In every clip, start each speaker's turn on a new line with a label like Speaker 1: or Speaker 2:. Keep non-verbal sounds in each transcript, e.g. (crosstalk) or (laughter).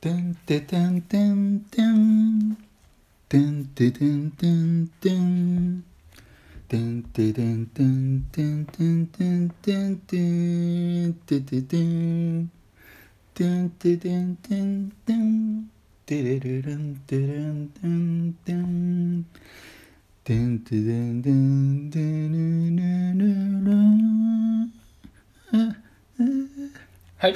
Speaker 1: てんててんてんてん。てんててんてんてん。てんててんてんてんてんてんてんてん。てててん。てんててんてんてん。てれるるんてれんてんてん。てんててんてんてんるるるるん。
Speaker 2: はい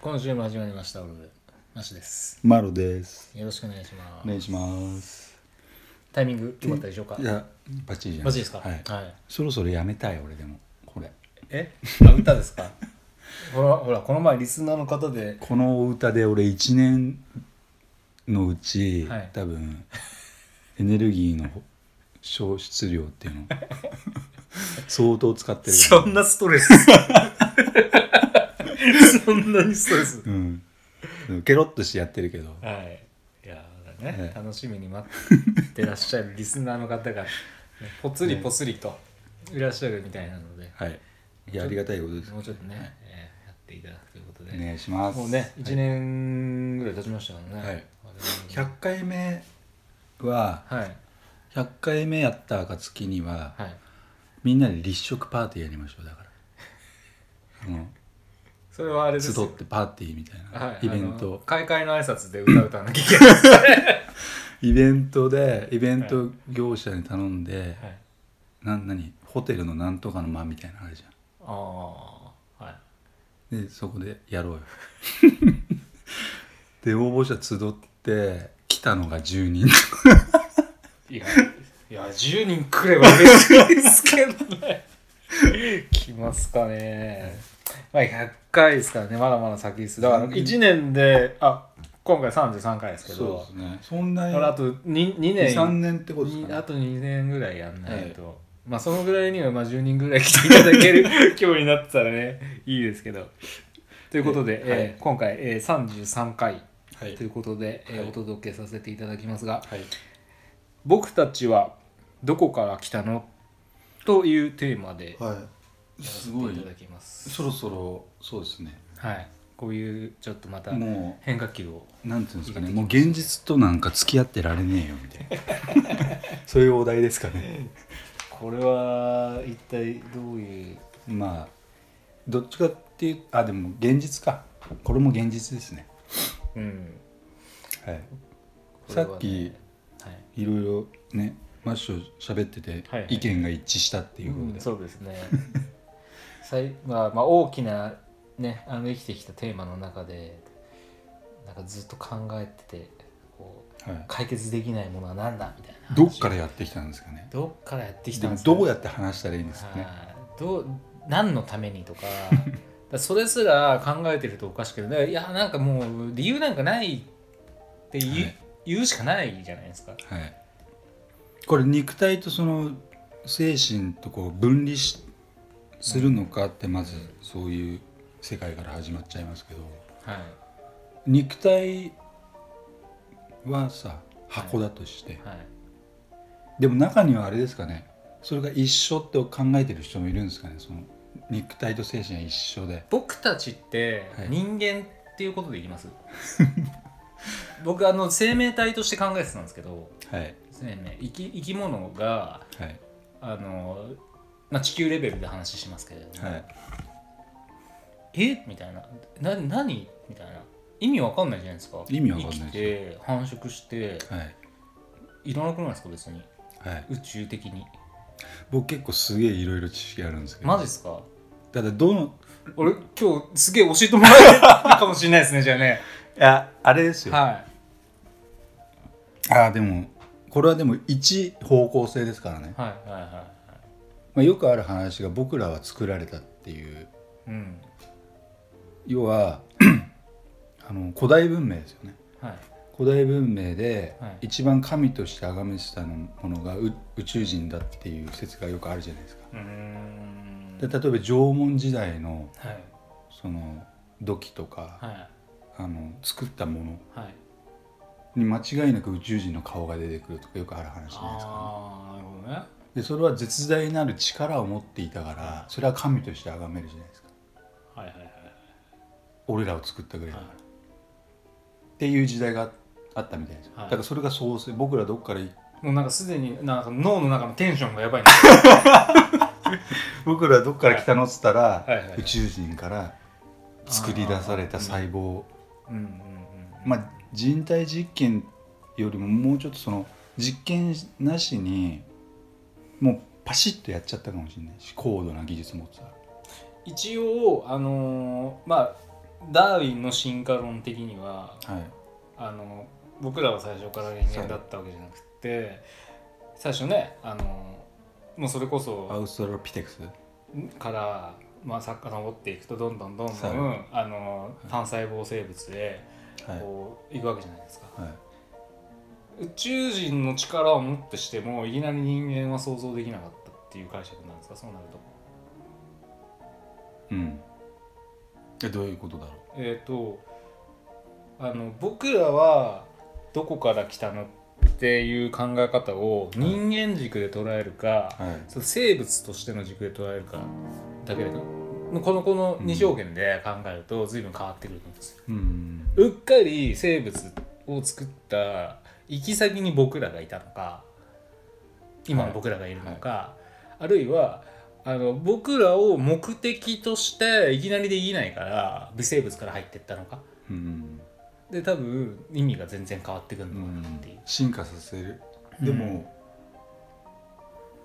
Speaker 2: 今週も始まりましたオルブマシです
Speaker 1: マロです。
Speaker 2: よろしくお願いしま
Speaker 1: お
Speaker 2: す、
Speaker 1: 願いします。
Speaker 2: タイミング良かったでしょうか
Speaker 1: いやバッチリじゃん
Speaker 2: マジですか
Speaker 1: はい、そろそろやめたい俺でもこれ
Speaker 2: えあ歌です
Speaker 1: (laughs)
Speaker 2: かほらほらこの前リスナーの方で
Speaker 1: このお歌で俺1年のうち、
Speaker 2: はい
Speaker 1: 多分エネルギーの消失量っていうの相当使ってるよ
Speaker 2: (laughs) そんなストレスそんなにストレス
Speaker 1: うんケロッとしてやってるけど
Speaker 2: はいいやーね、
Speaker 1: ええ
Speaker 2: 楽しみに待ってらっしゃるリスナーの方がねぽつりぽつりといらっしゃるみたいなので
Speaker 1: はいいやありがたいことです
Speaker 2: もうちょっとね、えーやっていただくということで、
Speaker 1: お願いします
Speaker 2: もうね、1年ぐらい経ちましたからね。
Speaker 1: はい
Speaker 2: あれ
Speaker 1: 100回目は
Speaker 2: は。はい。
Speaker 1: 100回目やった暁には、
Speaker 2: はい。
Speaker 1: みんなで立食パーティーやりましょうだから
Speaker 2: (laughs)
Speaker 1: あの
Speaker 2: それはあれです
Speaker 1: 集っ
Speaker 2: よ。
Speaker 1: てパーティーみたい
Speaker 2: は、
Speaker 1: ないイベン
Speaker 2: あ
Speaker 1: ト
Speaker 2: の開会の挨拶で歌歌わなきゃいけない。は
Speaker 1: イベントでイベント業者に頼んで、
Speaker 2: い。
Speaker 1: なん何ホテルのなんとかの間みたいなのあるじ
Speaker 2: ああ。はい。
Speaker 1: ゃんでそこでや (laughs) ろうよで応募者集って来たのが10人
Speaker 2: いや、いや、10人来れば嬉しいですけど
Speaker 1: (laughs)
Speaker 2: ね。来ますかね。まあ、100回ですからね、まだまだ先です。だから、1年で、あ、今回33回ですけど、
Speaker 1: すねそんな
Speaker 2: これあと 2, 二年。
Speaker 1: 23年ってことですか、
Speaker 2: にあ
Speaker 1: ね、
Speaker 2: と2年ぐらいやんないと、まあそのぐらいにはまあ10人ぐらい来ていただけ
Speaker 1: (laughs)
Speaker 2: る今日になってたらねいいですけどということで、
Speaker 1: えはい
Speaker 2: えー今回、えー、33回
Speaker 1: はい
Speaker 2: ということで、えー
Speaker 1: はい
Speaker 2: お届けさせていただきますが
Speaker 1: はい
Speaker 2: 「僕たちはどこから来たの?」というテーマでや
Speaker 1: はい
Speaker 2: ら
Speaker 1: す
Speaker 2: せ
Speaker 1: ご
Speaker 2: てい
Speaker 1: い
Speaker 2: ただきます
Speaker 1: そろそろそうですね
Speaker 2: はいこういうちょっとまた
Speaker 1: も
Speaker 2: 変化球を
Speaker 1: うなんていうんですかねもう現実となんか付き合ってられねえよみたい (laughs) なそういうお題ですかね
Speaker 2: これは一体どういう
Speaker 1: まあどっちかっていうあでも現実かこれも現実ですね
Speaker 2: うん
Speaker 1: はい
Speaker 2: これ
Speaker 1: さ
Speaker 2: はね
Speaker 1: っき
Speaker 2: はい
Speaker 1: いろいろねマッシュ喋ってて、
Speaker 2: はいはい
Speaker 1: 意見が一致したっていうことで、
Speaker 2: そうですね (laughs) さいまあまあ、大きな、ね、あの生きてきたテーマの中でなんかずっと考えててこう
Speaker 1: はい、
Speaker 2: 解決できないものは何だみたいな話
Speaker 1: どっからやってきたんですかね
Speaker 2: どっからやってき
Speaker 1: で
Speaker 2: たん
Speaker 1: も
Speaker 2: ですか
Speaker 1: どうやって話したらいいんですかね
Speaker 2: はいどう何のためにとか (laughs) だからそれすら考えてるとおかしくてだからいやなんかもう理由なんかないって言う,、
Speaker 1: はい
Speaker 2: 言うしかないじゃないですか。
Speaker 1: はいこれ肉体とその精神とこう分離しするのかってまずそういう世界から始まっちゃいますけど
Speaker 2: はい
Speaker 1: 肉体はさ箱だとして、
Speaker 2: はい
Speaker 1: でも中にはあれですかねそれが一緒って考えてる人もいるんですかねその肉体と精神は一緒で
Speaker 2: 僕たちって
Speaker 1: はい
Speaker 2: 人間っていうことで言います、 (laughs) 僕あの生命体として考えてたんですけど
Speaker 1: はい
Speaker 2: 生命生き生き物が
Speaker 1: はい
Speaker 2: あの、まあ、地球レベルで話しますけれども、
Speaker 1: はい
Speaker 2: えみたいなな何みたいな意味わかんないじゃないですか
Speaker 1: 意味わかんない
Speaker 2: 生きて繁殖して
Speaker 1: はい
Speaker 2: いらなくないですか別に
Speaker 1: はい
Speaker 2: 宇宙的に
Speaker 1: 僕結構すげえいろいろ知識あるんですけど
Speaker 2: マジですか
Speaker 1: ただどの
Speaker 2: 俺今日すげえ教えてもらえたかもしれないですねじゃあね
Speaker 1: いやあれです
Speaker 2: は
Speaker 1: あーでもこれはでも一方向性ですからね
Speaker 2: い、、はいはいはいはい
Speaker 1: まあ、よくある話が僕らは作られたっていう
Speaker 2: うん
Speaker 1: 要は (clears throat) あの古代文明ですよね
Speaker 2: はい
Speaker 1: 古代文明で
Speaker 2: はい
Speaker 1: 一番神として崇めてたものがう宇宙人だっていう説がよくあるじゃないですか。
Speaker 2: うーん
Speaker 1: で例えば縄文時代の
Speaker 2: はい
Speaker 1: その土器とか、
Speaker 2: はい
Speaker 1: あの作ったもの
Speaker 2: はい
Speaker 1: に間違いなく宇宙人の顔が出てくるとかよくある話じゃないですか、
Speaker 2: ああなるほどね
Speaker 1: ね、でそれは絶大なる力を持っていたからそれは神として崇めるじゃないですか
Speaker 2: はいはいはい
Speaker 1: 俺らを作ったぐらいだから、っていう時代があったみたいです、
Speaker 2: はい
Speaker 1: だからそれが創生僕らどっからい
Speaker 2: もうなんかすでになんか脳の中のテンションがやばいな
Speaker 1: 僕らどっから来たのっつったら、
Speaker 2: はいはいはい
Speaker 1: 宇宙人から作り出された細胞
Speaker 2: うんうんうんうん
Speaker 1: まあ人体実験よりももうちょっとその実験なしにもうパシッとやっちゃったかもしれないし高度な技術持ってたら
Speaker 2: 一応あのーまあダーウィンの進化論的には
Speaker 1: はい
Speaker 2: あの僕らは最初から人間だったわけじゃなくて最初ねあのもうそれこ
Speaker 1: ア
Speaker 2: そ
Speaker 1: ウストラピテクス
Speaker 2: から、まあ、作家のっていくとどんどんどんどん、
Speaker 1: は
Speaker 2: あの単細胞生物へ
Speaker 1: はい
Speaker 2: こう、い、くわけじゃないですか
Speaker 1: はい
Speaker 2: 宇宙人の力をもってしてもいきなり人間は想像できなかったっていう解釈なんですかそうなると
Speaker 1: うんえどういうことだろ
Speaker 2: えっ、とあの僕らはどこから来たのっていう考え方を人間軸で捉えるか、
Speaker 1: うはい
Speaker 2: その生物としての軸で捉えるかだけでこのこの2条件で考えると随分変わってくると思うんですよ。
Speaker 1: うん
Speaker 2: うっかり生物を作った行き先に僕らがいたのか今の僕らがいるのか、あるいはあの僕らを目的としていきなりできないから微生物から入っていったのか
Speaker 1: うん
Speaker 2: で多分意味が全然変わってくるのかなっていう。
Speaker 1: 進化させるでも、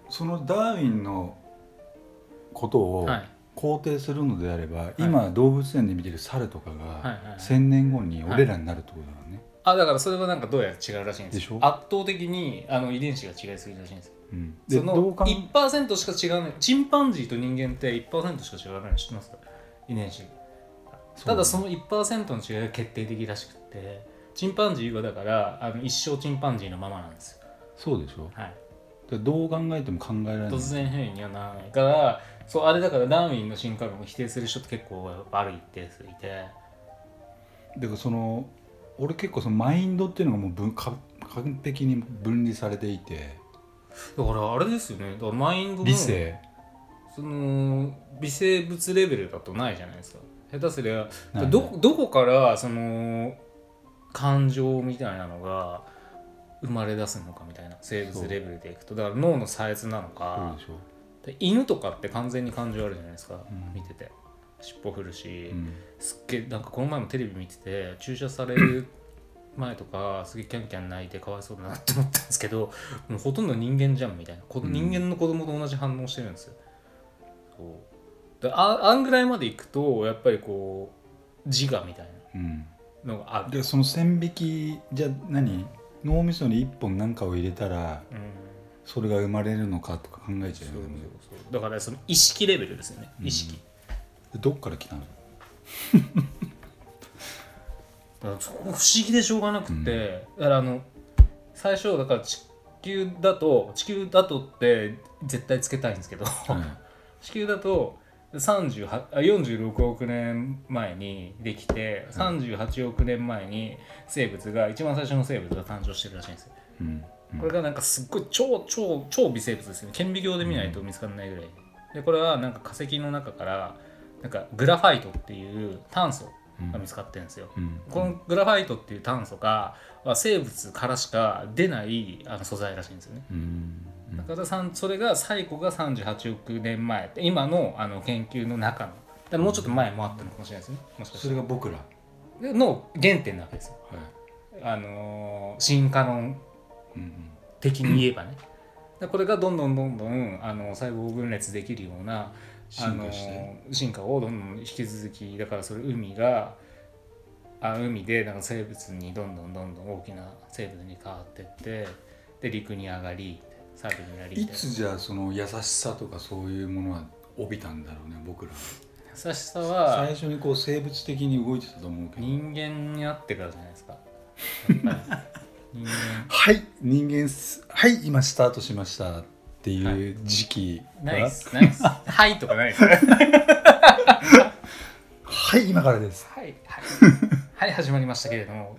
Speaker 1: そのダーウィンのことを
Speaker 2: はい
Speaker 1: 肯定するのであれば、今動物園で見てる猿とかが、
Speaker 2: いはい
Speaker 1: 1,000年後に俺らになるってことだよね、
Speaker 2: あだからそれはなんかどうやら違うらしいんです
Speaker 1: で
Speaker 2: よ
Speaker 1: しょ
Speaker 2: 圧倒的にあの遺伝子が違いすぎるらしいんですよ
Speaker 1: うん、で
Speaker 2: そ
Speaker 1: ど
Speaker 2: の
Speaker 1: うかん
Speaker 2: 1%しか違わないチンパンジーと人間って1%しか違わないの知ってます遺伝子ただその1%の違いが決定的らしくってチンパンジーはだからあの一生チンパンジーのままなんですよ、
Speaker 1: そうでしょ
Speaker 2: はい、
Speaker 1: でどう考えても考えられない
Speaker 2: 突然変異にはならないからそうあれだからダーウィンの進化論を否定する人って結構やっぱある一定数いて
Speaker 1: だからその俺結構そのマインドっていうのがもう分か完璧に分離されていて
Speaker 2: だからあれですよねだからマインドの
Speaker 1: 理性
Speaker 2: その微生物レベルだとないじゃないですか下手すりゃ
Speaker 1: ないね
Speaker 2: どどこからその感情みたいなのが生まれ出すのかみたいな生物レベルでいくとだから脳の細越なの
Speaker 1: そう
Speaker 2: か
Speaker 1: でしょ、
Speaker 2: で犬とかって完全に感情あるじゃないですか、
Speaker 1: うん
Speaker 2: 見てて尻尾振るし、
Speaker 1: うん
Speaker 2: すっげえなんかこの前もテレビ見てて注射さ
Speaker 1: (clears throat)
Speaker 2: れる前とかすげえキャンキャン泣いてかわいそうだなって思ったんですけどもうほとんど人間じゃんみたいなこの
Speaker 1: うん
Speaker 2: 人間の子供と同じ反応してるんですよ。そうでああんぐらいまでいくとやっぱりこう自我みたい
Speaker 1: うん、
Speaker 2: なのがある。
Speaker 1: でその線引きじゃ何脳みそに1本何かを入れたら
Speaker 2: うん
Speaker 1: それが生まれるのかとか考えち
Speaker 2: そ
Speaker 1: ゃう
Speaker 2: うそ
Speaker 1: よ
Speaker 2: う
Speaker 1: ね
Speaker 2: そうだからその意識レベルですよね
Speaker 1: うん
Speaker 2: 意識、
Speaker 1: でどっから来たの
Speaker 2: だからそこ不思議でしょうがなくて、だからあの最初だから地球だと地球だとって絶対つけたいんですけど、地球だと38あ46億年前にできて38億年前に生物が一番最初の生物が誕生してるらしいんですよ
Speaker 1: うんうん
Speaker 2: これがなんかすっごい超超超微生物ですよね顕微鏡で見ないと見つからないぐらいでこれはなんか化石の中からなんかグラファイトっていう炭素が見つかってるんですよ
Speaker 1: うん
Speaker 2: このグラファイトっていう炭素がまあ生物からしか出ないあの素材らしいんですよね
Speaker 1: うんうん
Speaker 2: 中田さんそれが最古が38億年前って今のあの研究の中のだからもうちょっと前もあったのかもしれないですねもしかし
Speaker 1: それが僕ら、は
Speaker 2: ての原点なわけですよ
Speaker 1: い
Speaker 2: あのー進化論
Speaker 1: うんうん
Speaker 2: 的に言えばねでこれがどんどんどんどんあの細胞分裂できるようなあ
Speaker 1: 進
Speaker 2: の
Speaker 1: 化して、
Speaker 2: 進化をどんどん引き続きだからそれ海があ海でなんか生物にどんどんどんどん大きな生物に変わってってで陸に上がり猿になりみ
Speaker 1: い
Speaker 2: たいな
Speaker 1: つじゃあその優しさとかそういうものは帯びたんだろうね僕ら
Speaker 2: 優しさは
Speaker 1: 最初にこう生物的に動いてたと思うけど
Speaker 2: 人間になってからじゃない (laughs) ですか。やっぱり人
Speaker 1: はい人間すはい今スタートしましたっていう時期
Speaker 2: 間ない
Speaker 1: は
Speaker 2: っす、ないっす。はいとかないっす。はい、
Speaker 1: はい今からです
Speaker 2: はい。はい、始まりましたけれども、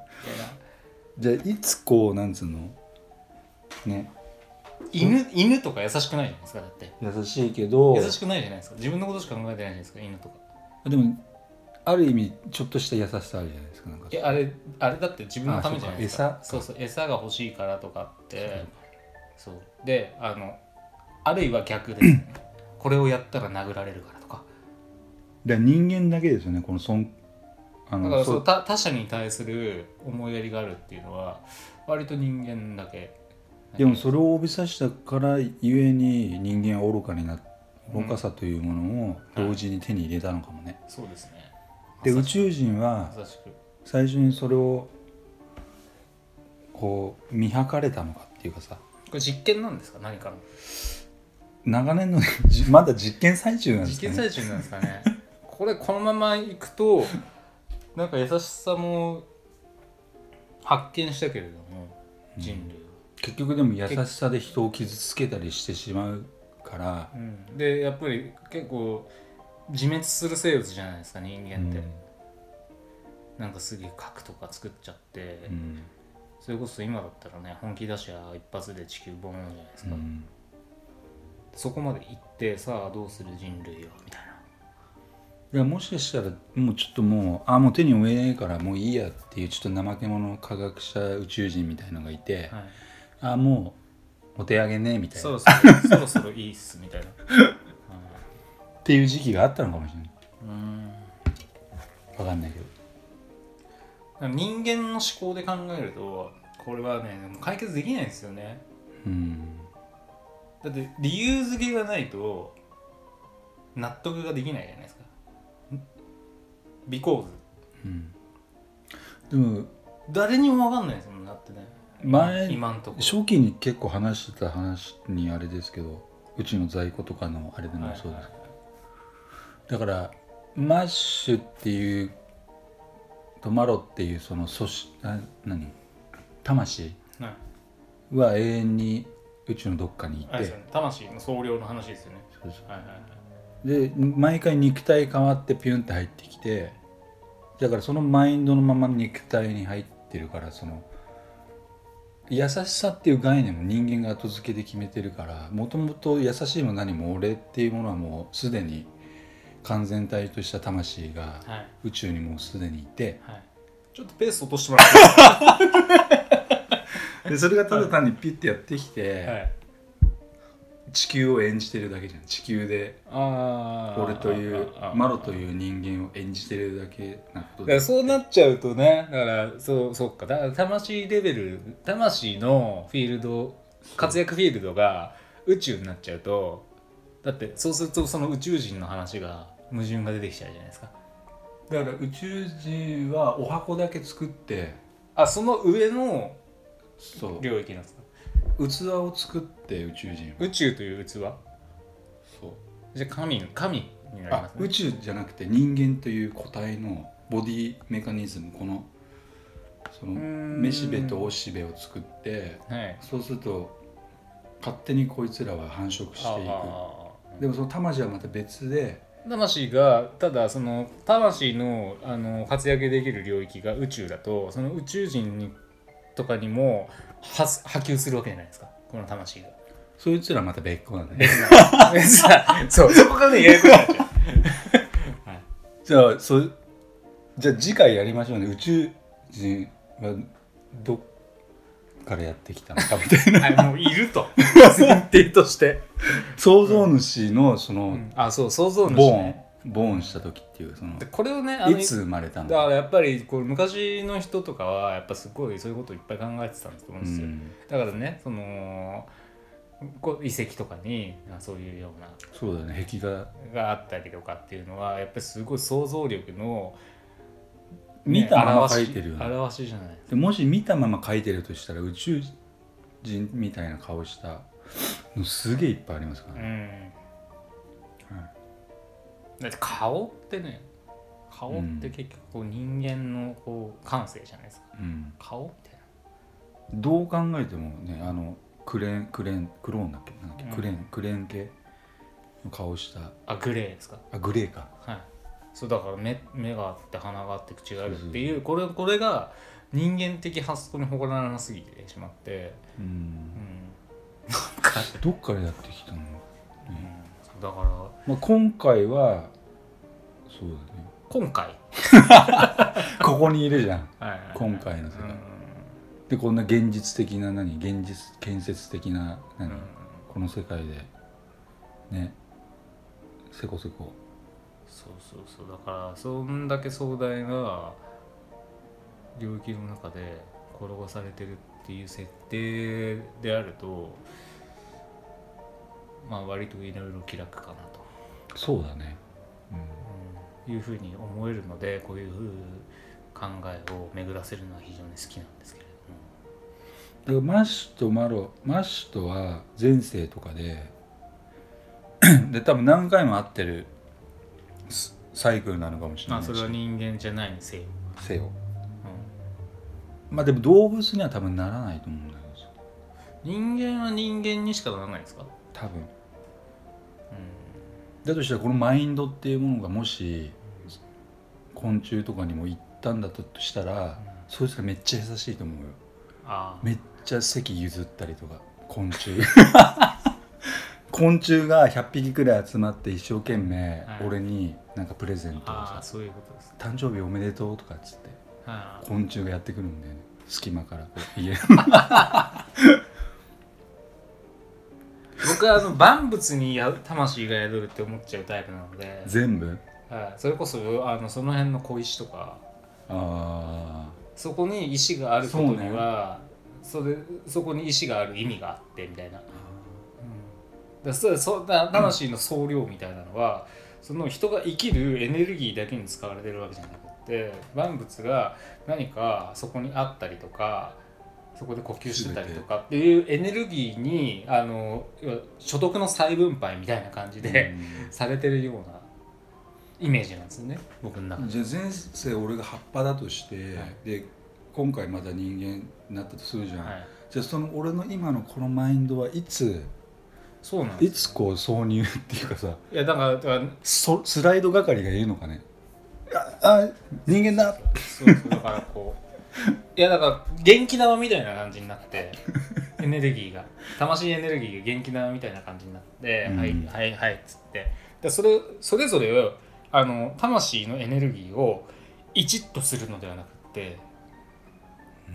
Speaker 1: じゃあいつこうなんつうのね
Speaker 2: みたいな犬犬とか優しくないじゃないですか、だって。
Speaker 1: 優しいけど
Speaker 2: 優しくないじゃないですか。自分のことしか考えてないじゃないですか、犬とか。
Speaker 1: でもある意味ちょっとした優しさあるじゃないですかなんか
Speaker 2: えあれあれだって自分のためじゃないですか
Speaker 1: あ
Speaker 2: そ
Speaker 1: そうう
Speaker 2: そう餌が欲しいからとかってそうであのあるいは逆ですねこれをやったら殴られるからとか
Speaker 1: で人間だけですよねこの尊あ
Speaker 2: だから
Speaker 1: の
Speaker 2: そ
Speaker 1: そうう
Speaker 2: 他他者に対する思いやりがあるっていうのは割と人間だけ
Speaker 1: でもそれを帯びさしたからゆえに人間は愚かにな
Speaker 2: うん
Speaker 1: 愚かさというものを同時に手に入れたのかもね、
Speaker 2: そうですね
Speaker 1: で
Speaker 2: ま
Speaker 1: 宇
Speaker 2: さし
Speaker 1: 宙人は
Speaker 2: まさしく
Speaker 1: 最初にそれをこう見計れたのかっていうかさ
Speaker 2: これ実験なんですか何かの
Speaker 1: 長年のじまだ実験最中なんです
Speaker 2: 実
Speaker 1: か
Speaker 2: 験
Speaker 1: ね
Speaker 2: 最中なんです
Speaker 1: (laughs)
Speaker 2: かねこれこのままいくとなんか優しさも発見したけれども人類は
Speaker 1: 結局でも優しさで人を傷つけたりしてしまうから、
Speaker 2: うんでやっぱり結構自滅する生物じゃないですか人間って、
Speaker 1: うん
Speaker 2: なんかすげえ核とか作っちゃって、
Speaker 1: うん
Speaker 2: それこそ今だったらね本気出しゃ一発で地球ボーンじゃないです
Speaker 1: う
Speaker 2: か、
Speaker 1: ん
Speaker 2: そこまで行ってさあどうする人類よみたいない
Speaker 1: やもしかしたらもうちょっともうあもう手に負えないからもういいやっていうちょっと怠け者科学者宇宙人みたいのがいて、
Speaker 2: はい、
Speaker 1: あもうお手上げねみたい
Speaker 2: そ
Speaker 1: なっ
Speaker 2: ろそろそろそろいいっすみたいな、
Speaker 1: ていう時期があったのかもしれない
Speaker 2: うん
Speaker 1: わかんないけど
Speaker 2: 人間の思考で考えるとこれはねもう解決できないんですよね
Speaker 1: うん
Speaker 2: だって理由付けがないと納得ができないじゃないですかん because
Speaker 1: うんでも
Speaker 2: 誰にも分かんないですもんだってね
Speaker 1: 前
Speaker 2: 今んところ
Speaker 1: 初期に結構話してた話にあれですけどうちの在庫とかのあれでもそうです、
Speaker 2: はいはい
Speaker 1: だからマッシュっていうとマロっていうその組織あ何魂
Speaker 2: はい
Speaker 1: は永遠に宇宙のどっかにい
Speaker 2: あれです
Speaker 1: て
Speaker 2: よね魂の総量の話ですよね
Speaker 1: そうそ
Speaker 2: はいはいはいう
Speaker 1: で毎回肉体変わってピュンって入ってきてだからそのマインドのまま肉体に入ってるからその優しさっていう概念も人間が後付けで決めてるからもともと優しいも何も俺っていうものはもうすでに完全体とした魂が
Speaker 2: はい
Speaker 1: 宇宙にもうすでにいて
Speaker 2: はいちょっとペース落としてもらっていいです
Speaker 1: でそれがただ単にピュッてやってきて、
Speaker 2: かはい
Speaker 1: 地球を演じてるだけじゃん地球で
Speaker 2: あ
Speaker 1: 俺というマロと
Speaker 2: う
Speaker 1: いう人間を演じてるだけなこと
Speaker 2: だからそうなっちゃうとねだからそうそっかだから魂レベル魂のフィールド活躍フィールドが宇宙になっちゃうとだってそうするとその宇宙人の話が矛盾が出てきちゃうじゃないですか
Speaker 1: だから宇宙人はお箱だけ作って
Speaker 2: あその上の
Speaker 1: そ
Speaker 2: 領域なんですか
Speaker 1: う器を作って宇宙人は
Speaker 2: 宇宙という器
Speaker 1: そう
Speaker 2: じゃあ神の神になりま
Speaker 1: あ
Speaker 2: すね
Speaker 1: 宇宙じゃなくて人間という個体のボディメカニズムこのその
Speaker 2: うーん
Speaker 1: めしべとおしべを作って
Speaker 2: はい
Speaker 1: そうすると勝手にこいつらは繁殖していくでもその魂はまた別で
Speaker 2: 魂がただその魂のあの活躍できる領域が宇宙だとその宇宙人にとかにもはす波及するわけじゃないですかこの
Speaker 1: (laughs)
Speaker 2: 魂が。
Speaker 1: そいつらまた別個なんだね
Speaker 2: そうそこがねややこしいなっちゃ
Speaker 1: じゃあそじゃあ次回やりましょうね宇宙人はどっからやってきたの (laughs) かみたいな
Speaker 2: う。はいもういる
Speaker 1: (laughs)
Speaker 2: と前提として。
Speaker 1: 創造主のその、
Speaker 2: あそう想像主
Speaker 1: ボーン
Speaker 2: ね。
Speaker 1: ボーンした時っていうその
Speaker 2: でこれをねあの
Speaker 1: いつ生まれたの
Speaker 2: だか
Speaker 1: から
Speaker 2: やっぱりこう昔の人とかはやっぱすごいそういうことをいっぱい考えてたんだと思うんですよ。
Speaker 1: うん
Speaker 2: だからねそのこう遺跡とかにそういうような
Speaker 1: そうだね壁画
Speaker 2: があったりとかっていうのはやっぱりすごい想像力の、
Speaker 1: 見たまま
Speaker 2: 表
Speaker 1: 描
Speaker 2: し
Speaker 1: いてるよね
Speaker 2: 表しじゃない
Speaker 1: でもし見たまま描いてるとしたら宇宙人みたいな顔したのすげえいっぱいありますか
Speaker 2: う
Speaker 1: らね、
Speaker 2: ん
Speaker 1: うん
Speaker 2: だって顔ってね顔って結局こう人間のこう感性じゃないですか
Speaker 1: うん
Speaker 2: 顔みたい
Speaker 1: どう考えてもねあのクレーンクレーンクローンだっけなんだっけ、
Speaker 2: うん
Speaker 1: クレーンクレーン系の顔した
Speaker 2: なあグレーですか
Speaker 1: あグレーか
Speaker 2: はいそうだから目目があって鼻があって口があるっていうこれこれが人間的発想に誇らなすぎてしまって
Speaker 1: う
Speaker 2: うんんなんか、
Speaker 1: どっからやってきたの、
Speaker 2: うん、だから
Speaker 1: まあ、今回はそうだね
Speaker 2: 今回、
Speaker 1: ここにいるじゃん
Speaker 2: はいはいはい
Speaker 1: 今回の世
Speaker 2: う
Speaker 1: 界
Speaker 2: ん
Speaker 1: でこんな現実的な何現実建設的な何、
Speaker 2: うん
Speaker 1: この世界でねせこせこ
Speaker 2: そうそうそうだからそんだけ壮大な領域の中で転がされてるっていう設定であるとまあ割といろいろ気楽かなと。
Speaker 1: そうだね、うん、
Speaker 2: いうふうに思えるのでこういう考えを巡らせるのは非常に好きなんですけれ
Speaker 1: だからマッシュとマロマッシュとは前世とかで (clears throat) で多分何回も会ってるスサイクルなのかもし
Speaker 2: ど
Speaker 1: れ
Speaker 2: も、
Speaker 1: な
Speaker 2: ま
Speaker 1: い
Speaker 2: あ、
Speaker 1: し
Speaker 2: それは人間じゃないにせよ、
Speaker 1: せよ
Speaker 2: う
Speaker 1: まあでも動物には多分ならないと思うんだけどさ
Speaker 2: ん、人間は人間にしかならないんですか、
Speaker 1: 多分
Speaker 2: う
Speaker 1: だとしたらこのマインドっていうものがもし昆虫とかにも行ったんだとしたら
Speaker 2: ん、
Speaker 1: そいつがめっちゃ優しいと思うよ
Speaker 2: ああ
Speaker 1: めっちゃ席譲ったりとか昆虫
Speaker 2: (laughs)
Speaker 1: 昆虫が100匹くらい集まって一生懸命
Speaker 2: はい
Speaker 1: 俺になんかプレゼントを
Speaker 2: あ
Speaker 1: さ
Speaker 2: あそういうことですね
Speaker 1: 「誕生日おめでとう」とかっつって
Speaker 2: ああ
Speaker 1: 昆虫がやってくるんだよね隙間からこう
Speaker 2: (laughs)
Speaker 1: 家
Speaker 2: 僕はあの万物にや魂が宿るって思っちゃうタイプなので、
Speaker 1: 全部
Speaker 2: はい、それこそあのその辺の小石とか
Speaker 1: あ
Speaker 2: そこに石があることにはそ,、れそこに石がある意味があってみたいな、うん、だそうそだ魂の総量みたいなのは、その人が生きるエネルギーだけに使われてるわけじゃなくって万物が何かそこにあったりとかそこで呼吸してたりとかっていうエネルギーにあの要は所得の再分配みたいな感じ
Speaker 1: あ
Speaker 2: で、されてるようなイメージなんですよね僕の中で。
Speaker 1: じゃあ前世俺が葉っぱだとして、
Speaker 2: はい
Speaker 1: で今回また人間になったとするじゃん、
Speaker 2: はい
Speaker 1: じゃあその俺の今のこのマインドはいつ
Speaker 2: そうなんで
Speaker 1: い
Speaker 2: す
Speaker 1: つこう挿入っていうかさ
Speaker 2: いやだからだから
Speaker 1: そスライド係がいるのかねああ人間だ
Speaker 2: そうそうだからこ
Speaker 1: (laughs)
Speaker 2: ういやだから元気玉みたいな感じになってエネルギーが魂エネルギーが元気玉みたいな感じになって、
Speaker 1: うん
Speaker 2: はいはいはいっつってでそれそれぞれをあの魂のエネルギーをイチッとするのではなくって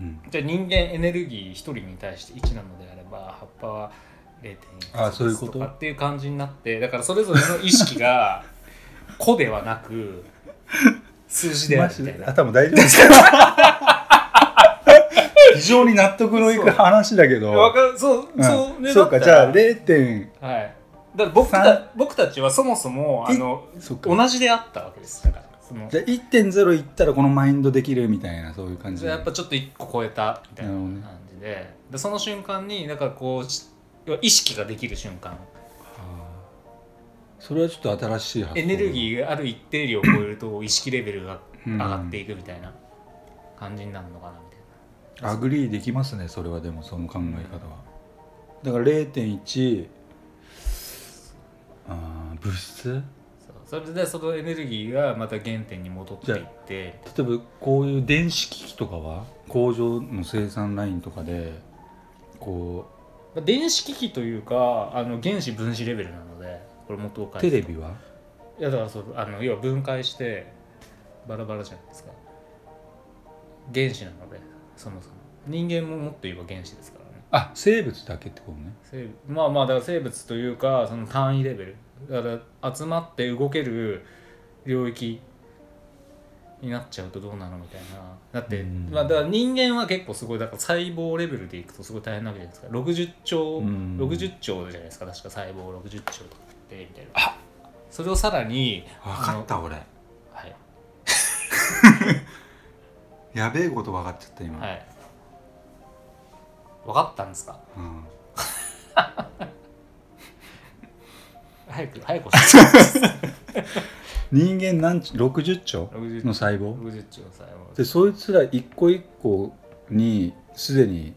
Speaker 1: うん、
Speaker 2: じゃあ人間エネルギー1人に対して1なのであれば葉っぱは
Speaker 1: あそういうこ
Speaker 2: 0.1
Speaker 1: と
Speaker 2: とかっていう感じになってだからそれぞれの意
Speaker 1: (laughs)
Speaker 2: 識が「個」ではなく数字であ
Speaker 1: マ
Speaker 2: る
Speaker 1: ジ
Speaker 2: みたい
Speaker 1: で
Speaker 2: な。
Speaker 1: 頭大丈夫ですか
Speaker 2: (laughs)
Speaker 1: 非常に納得のいく話だけど
Speaker 2: わかるそう、
Speaker 1: うん
Speaker 2: そうね
Speaker 1: そうか
Speaker 2: だ
Speaker 1: じ
Speaker 2: ったら
Speaker 1: ゃあ0点
Speaker 2: はいだから僕
Speaker 1: 三
Speaker 2: た僕たちはそもそもあの
Speaker 1: そっか
Speaker 2: 同じであったわけですだからその
Speaker 1: じゃあ1.0いったらこのマインドできるみたいなそういう感じ
Speaker 2: それやっぱちょっと一個超えたみたいな
Speaker 1: なるほどね
Speaker 2: 感じで,、でその瞬間になんかこうし要は意識ができる瞬間
Speaker 1: あーそれはちょっと新しい発想
Speaker 2: エネルギーがある一定量を超えると意識レベルが上がっていくみたいな感じになるのかなみたい
Speaker 1: アグリーできますねそれはでもその考え方はだから0.1あー物質
Speaker 2: なそうそれでそのエネルギーがまた原点に戻っていって
Speaker 1: 例えばこういう電子機器とかは工場の生産ラインとかでこ
Speaker 2: まあ電子機器というかあの原子分子レベルなのでこれ元を
Speaker 1: う
Speaker 2: 返
Speaker 1: テ
Speaker 2: すと
Speaker 1: レビはい
Speaker 2: やだからそうあの要は分解してバラバラじゃないですか原子なのでそもそも人間ももっと言えば原子ですからね
Speaker 1: あ生物だけってことね
Speaker 2: 生物まあまあだから生物というかその単位レベルだから集まって動ける領域になっちゃうとどうなのみたいなだって、
Speaker 1: うん
Speaker 2: まあ、だから人間は結構すごいだから細胞レベルでいくとすごい大変なわけじゃないですか60兆、
Speaker 1: うん
Speaker 2: 60兆じゃないですか確か細胞60兆とかってみたいなそれをさらに
Speaker 1: 分
Speaker 2: かった
Speaker 1: 俺
Speaker 2: はい
Speaker 1: やべえこと分かっちゃった今、
Speaker 2: はい。分かったんですか
Speaker 1: うん
Speaker 2: 早く、早く教えて。
Speaker 1: 人間なんち60兆 (laughs)
Speaker 2: 60
Speaker 1: の細胞
Speaker 2: 60兆の細胞
Speaker 1: でそいつら一個一個にすでに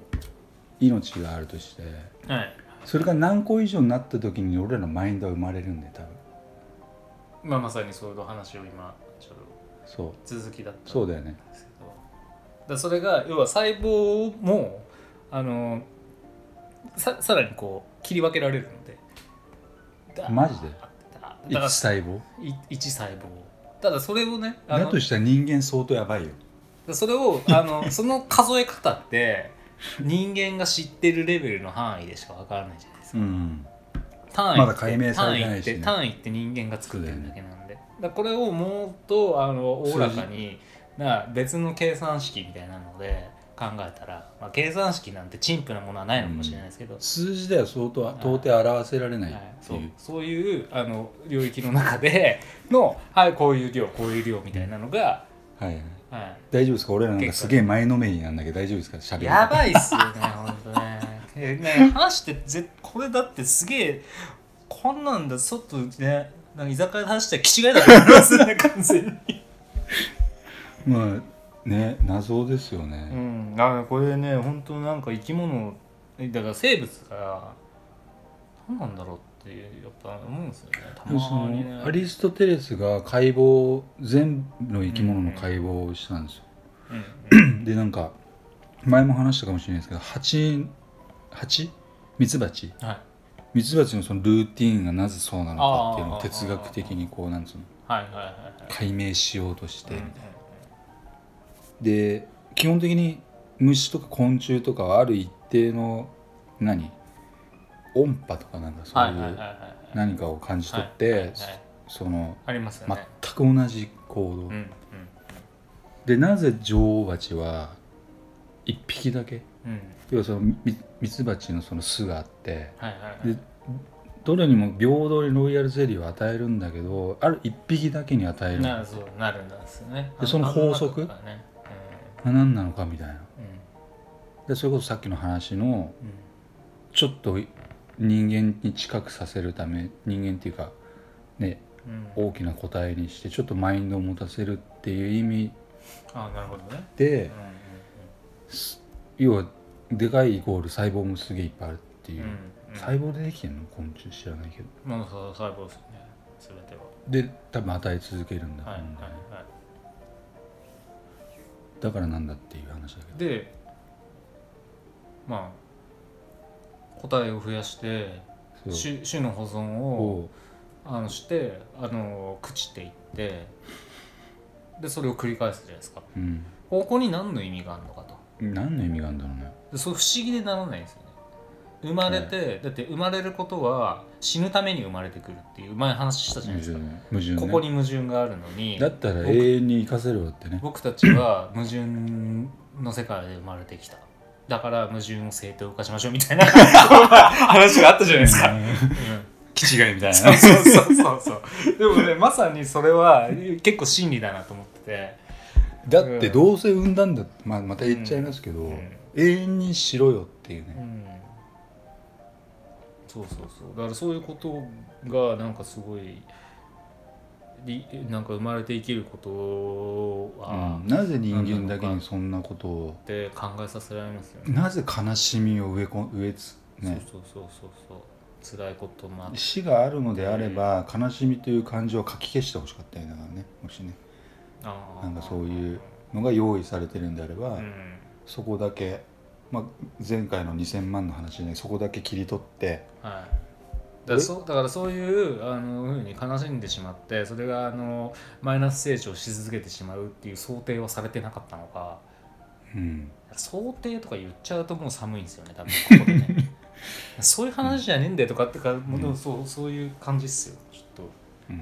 Speaker 1: 命があるとして
Speaker 2: はい。
Speaker 1: それが何個以上になった時に俺らのマインドは生まれるんで多分
Speaker 2: まあ、まさにそういう話を今、ちょっ
Speaker 1: そう
Speaker 2: と続きだった
Speaker 1: そうん
Speaker 2: で
Speaker 1: だよね
Speaker 2: すけど。だそれが、要は細胞も、あの、ささらにこう、切り分けられるので。だ
Speaker 1: マジで
Speaker 2: だだか
Speaker 1: 1
Speaker 2: ら、
Speaker 1: 細胞
Speaker 2: い一細胞。ただそれをねあ
Speaker 1: だ
Speaker 2: の
Speaker 1: としたら人間相当やばいよ
Speaker 2: それをあの (laughs) その数え方って人間が知ってるレベルの範囲でしかわからないじゃないですか、
Speaker 1: うん
Speaker 2: 単位
Speaker 1: まだ解明されてないしね
Speaker 2: 単位って単位って人間が作ってるだけなんで、だからこれをもっとあのおおらかにな別の計算式みたいなので考えたら、まあ、計算式なんて陳腐なものはないのかもしれないですけど、
Speaker 1: 数字では相当到底表せられない
Speaker 2: はい
Speaker 1: って
Speaker 2: そう
Speaker 1: いう
Speaker 2: そういうあの領域の中での、 (laughs) はい、こういう量こういう量みたいなのが、
Speaker 1: はいはい
Speaker 2: は
Speaker 1: 大丈夫ですか俺らなんかすげえ前のめりなんだけど大丈夫ですか喋
Speaker 2: い、
Speaker 1: る
Speaker 2: やばいっすよね本当ねえね話してぜこれだってすげえこんなんだちょっとねなんか居酒屋で話したら気違いだと思いますね完全に、
Speaker 1: まあね謎ですよ
Speaker 2: う
Speaker 1: ね、
Speaker 2: ん、あこれね本当なんか生き物だから生物が何なんだろうってやっぱ思うんですよねた
Speaker 1: でもそ
Speaker 2: まにね
Speaker 1: のアリストテレスが解剖全部の生き物の解剖をしたんですよ、
Speaker 2: うん
Speaker 1: でなんか前も話したかもしれないですけど蜂蜂ミツバチ
Speaker 2: うん、はい
Speaker 1: ミツバチのそのルーティーンがなぜそうなのかっていうの
Speaker 2: あ
Speaker 1: を
Speaker 2: ー
Speaker 1: 哲学的にこうなんつうの
Speaker 2: はいはいはいはい
Speaker 1: 解明しようとして、
Speaker 2: うん
Speaker 1: で基本的に虫とか昆虫とかはある一定の何音波とかなんかそう
Speaker 2: はいいはいはいはいう
Speaker 1: 何かを感じ取って、
Speaker 2: はいはいはい
Speaker 1: その
Speaker 2: ありますよ
Speaker 1: 全
Speaker 2: ね、
Speaker 1: く同じ行動、
Speaker 2: うんうん
Speaker 1: でなぜ女王蜂は1匹だけ
Speaker 2: うん
Speaker 1: 要はそのミミツバチのその巣があって
Speaker 2: はいはいはい
Speaker 1: でどれにも平等にロイヤルゼリーを与えるんだけどある1匹だけに与える
Speaker 2: なるそうなるんですよね
Speaker 1: でその法則
Speaker 2: あの中からね
Speaker 1: あ何なのかみたいな
Speaker 2: うん
Speaker 1: でそれこそさっきの話の
Speaker 2: うん
Speaker 1: ちょっと人間に近くさせるため人間っていうかね
Speaker 2: うんうん
Speaker 1: 大きな個体にしてちょっとマインドを持たせるっていう意味
Speaker 2: あなるほどねう
Speaker 1: で
Speaker 2: ん
Speaker 1: す要はでかいイコール細胞もすげえいっぱいあるっていうう、
Speaker 2: んうん
Speaker 1: 細胞でできてるの昆虫知らないけど
Speaker 2: うんもうそう細胞ですよね全ては
Speaker 1: で多分与え続けるんだと
Speaker 2: はい
Speaker 1: 思う
Speaker 2: は
Speaker 1: んだよね、
Speaker 2: いは
Speaker 1: だからなんだっていう話だけ
Speaker 2: いでまあ個体を増やして
Speaker 1: どそう
Speaker 2: 種種の保存
Speaker 1: こ
Speaker 2: をあのしてあの朽ちていってでそれを繰り返すじゃないですか
Speaker 1: う、うん、
Speaker 2: ここに何の意味があるのかと
Speaker 1: 何の意味があるんだろうね
Speaker 2: でそれ不思議でならないんですよね生まれて、だって生まれることは死ぬために生まれてくるっていう前話したじゃな
Speaker 1: 矛
Speaker 2: いです
Speaker 1: 盾
Speaker 2: か、
Speaker 1: 矛盾ね
Speaker 2: ここに矛盾があるのに
Speaker 1: だったら永遠に生かせるわってね
Speaker 2: 僕たちは矛盾の世界で生まれてきただから矛盾を正当化しましょうみたいな話があったじゃないですか、うん
Speaker 1: 気違いみたい
Speaker 2: そうそうそうそうそうでもねまさにそれは結構真理だなと思ってて
Speaker 1: だってどうせ産んだんだって、まあ、また言っちゃいますけど、
Speaker 2: うん
Speaker 1: 永遠にしろよっていう
Speaker 2: う
Speaker 1: ね、
Speaker 2: んそうそうそうだからそういうことがなんかすごいりなんか生まれて生きること
Speaker 1: う
Speaker 2: は
Speaker 1: んなぜ人間だけにそんなことを
Speaker 2: って考えさせられますよね
Speaker 1: なぜ悲しみを植えこ植えつね
Speaker 2: そうそうそうそうそう辛いこともあって
Speaker 1: 死があるのであれば悲しみという感情をかき消してほしかったよねだからねもしね
Speaker 2: あー
Speaker 1: なんかそういうのが用意されてるんであれば、
Speaker 2: うん
Speaker 1: そこだけ、まあ、前回の2000万の話で、ね、そこだけ切り取って
Speaker 2: はい、だからそうだからそういうあのふうに悲しんでしまってそれがあのマイナス成長し続けてしまうっていう想定はされてなかったのか
Speaker 1: うん
Speaker 2: 想定とか言っちゃうともう寒いんですよね多分ここで
Speaker 1: (laughs)
Speaker 2: ねそういう話じゃねえんだよとかってか、もうでもそうそういう感じっすよちょっ
Speaker 1: うん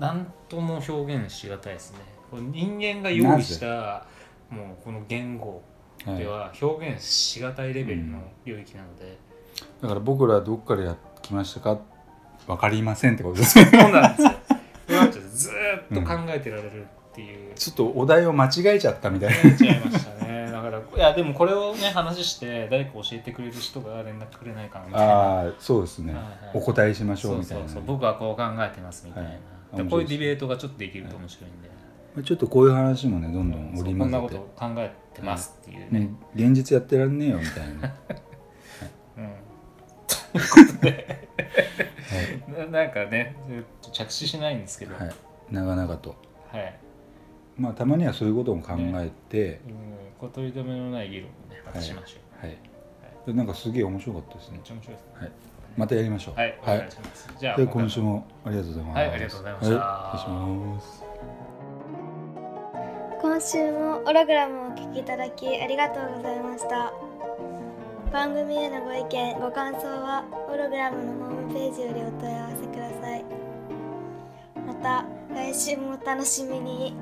Speaker 2: となんとも表現しがたいですねこれ人間が用意したもうこの言語
Speaker 1: はい
Speaker 2: では表現しがたいレベルの
Speaker 1: うん
Speaker 2: 領域なので、
Speaker 1: だから僕らどっからやってきましたか分かりませんってことですね
Speaker 2: そうなんですよ。そうなんですよずーっと考えてられるっていう。
Speaker 1: (laughs) ちょっとお題を間違えちゃったみたいな
Speaker 2: 考えちゃいましたね。だから、いや、でもこれをね、話して、誰か教えてくれる人が連絡くれないかなみたいな。
Speaker 1: (laughs) ああそうですね、
Speaker 2: はいはい
Speaker 1: お答えしましょ
Speaker 2: そうう
Speaker 1: みたい
Speaker 2: そ
Speaker 1: な
Speaker 2: う
Speaker 1: ね
Speaker 2: そう、僕はこう考えてますみたいな。
Speaker 1: はい
Speaker 2: だからこういうディベートがちょっとできると面白いんで。
Speaker 1: まあちょっとこういう話もねどんどん
Speaker 2: そ
Speaker 1: 織
Speaker 2: う
Speaker 1: り
Speaker 2: こんな
Speaker 1: 交
Speaker 2: こ
Speaker 1: ぜ
Speaker 2: と考えてますっていう
Speaker 1: て、ね、
Speaker 2: ね。
Speaker 1: 現実やってらんねえよみたい (laughs) な
Speaker 2: うんななんかね、ちょっと着地しないんですけど、
Speaker 1: は
Speaker 2: はい
Speaker 1: い、長々と
Speaker 2: はい
Speaker 1: まあたまにはそういうことも考えて、
Speaker 2: うん、こう取り留めのない議論をね、またしましょう。
Speaker 1: はいでなんかすげえ面白かったです
Speaker 2: め
Speaker 1: ね
Speaker 2: っちゃ面白いですね。
Speaker 1: はいまたやりましょう
Speaker 2: はい、お願いします。じゃあ、
Speaker 1: で今週もありがとうございます
Speaker 2: はいありがとうございました
Speaker 1: はい失礼します
Speaker 3: 今週もオログラムをお聞きいただきありがとうございました番組へのご意見ご感想はオログラムのホームページよりお問い合わせくださいまた来週もお楽しみに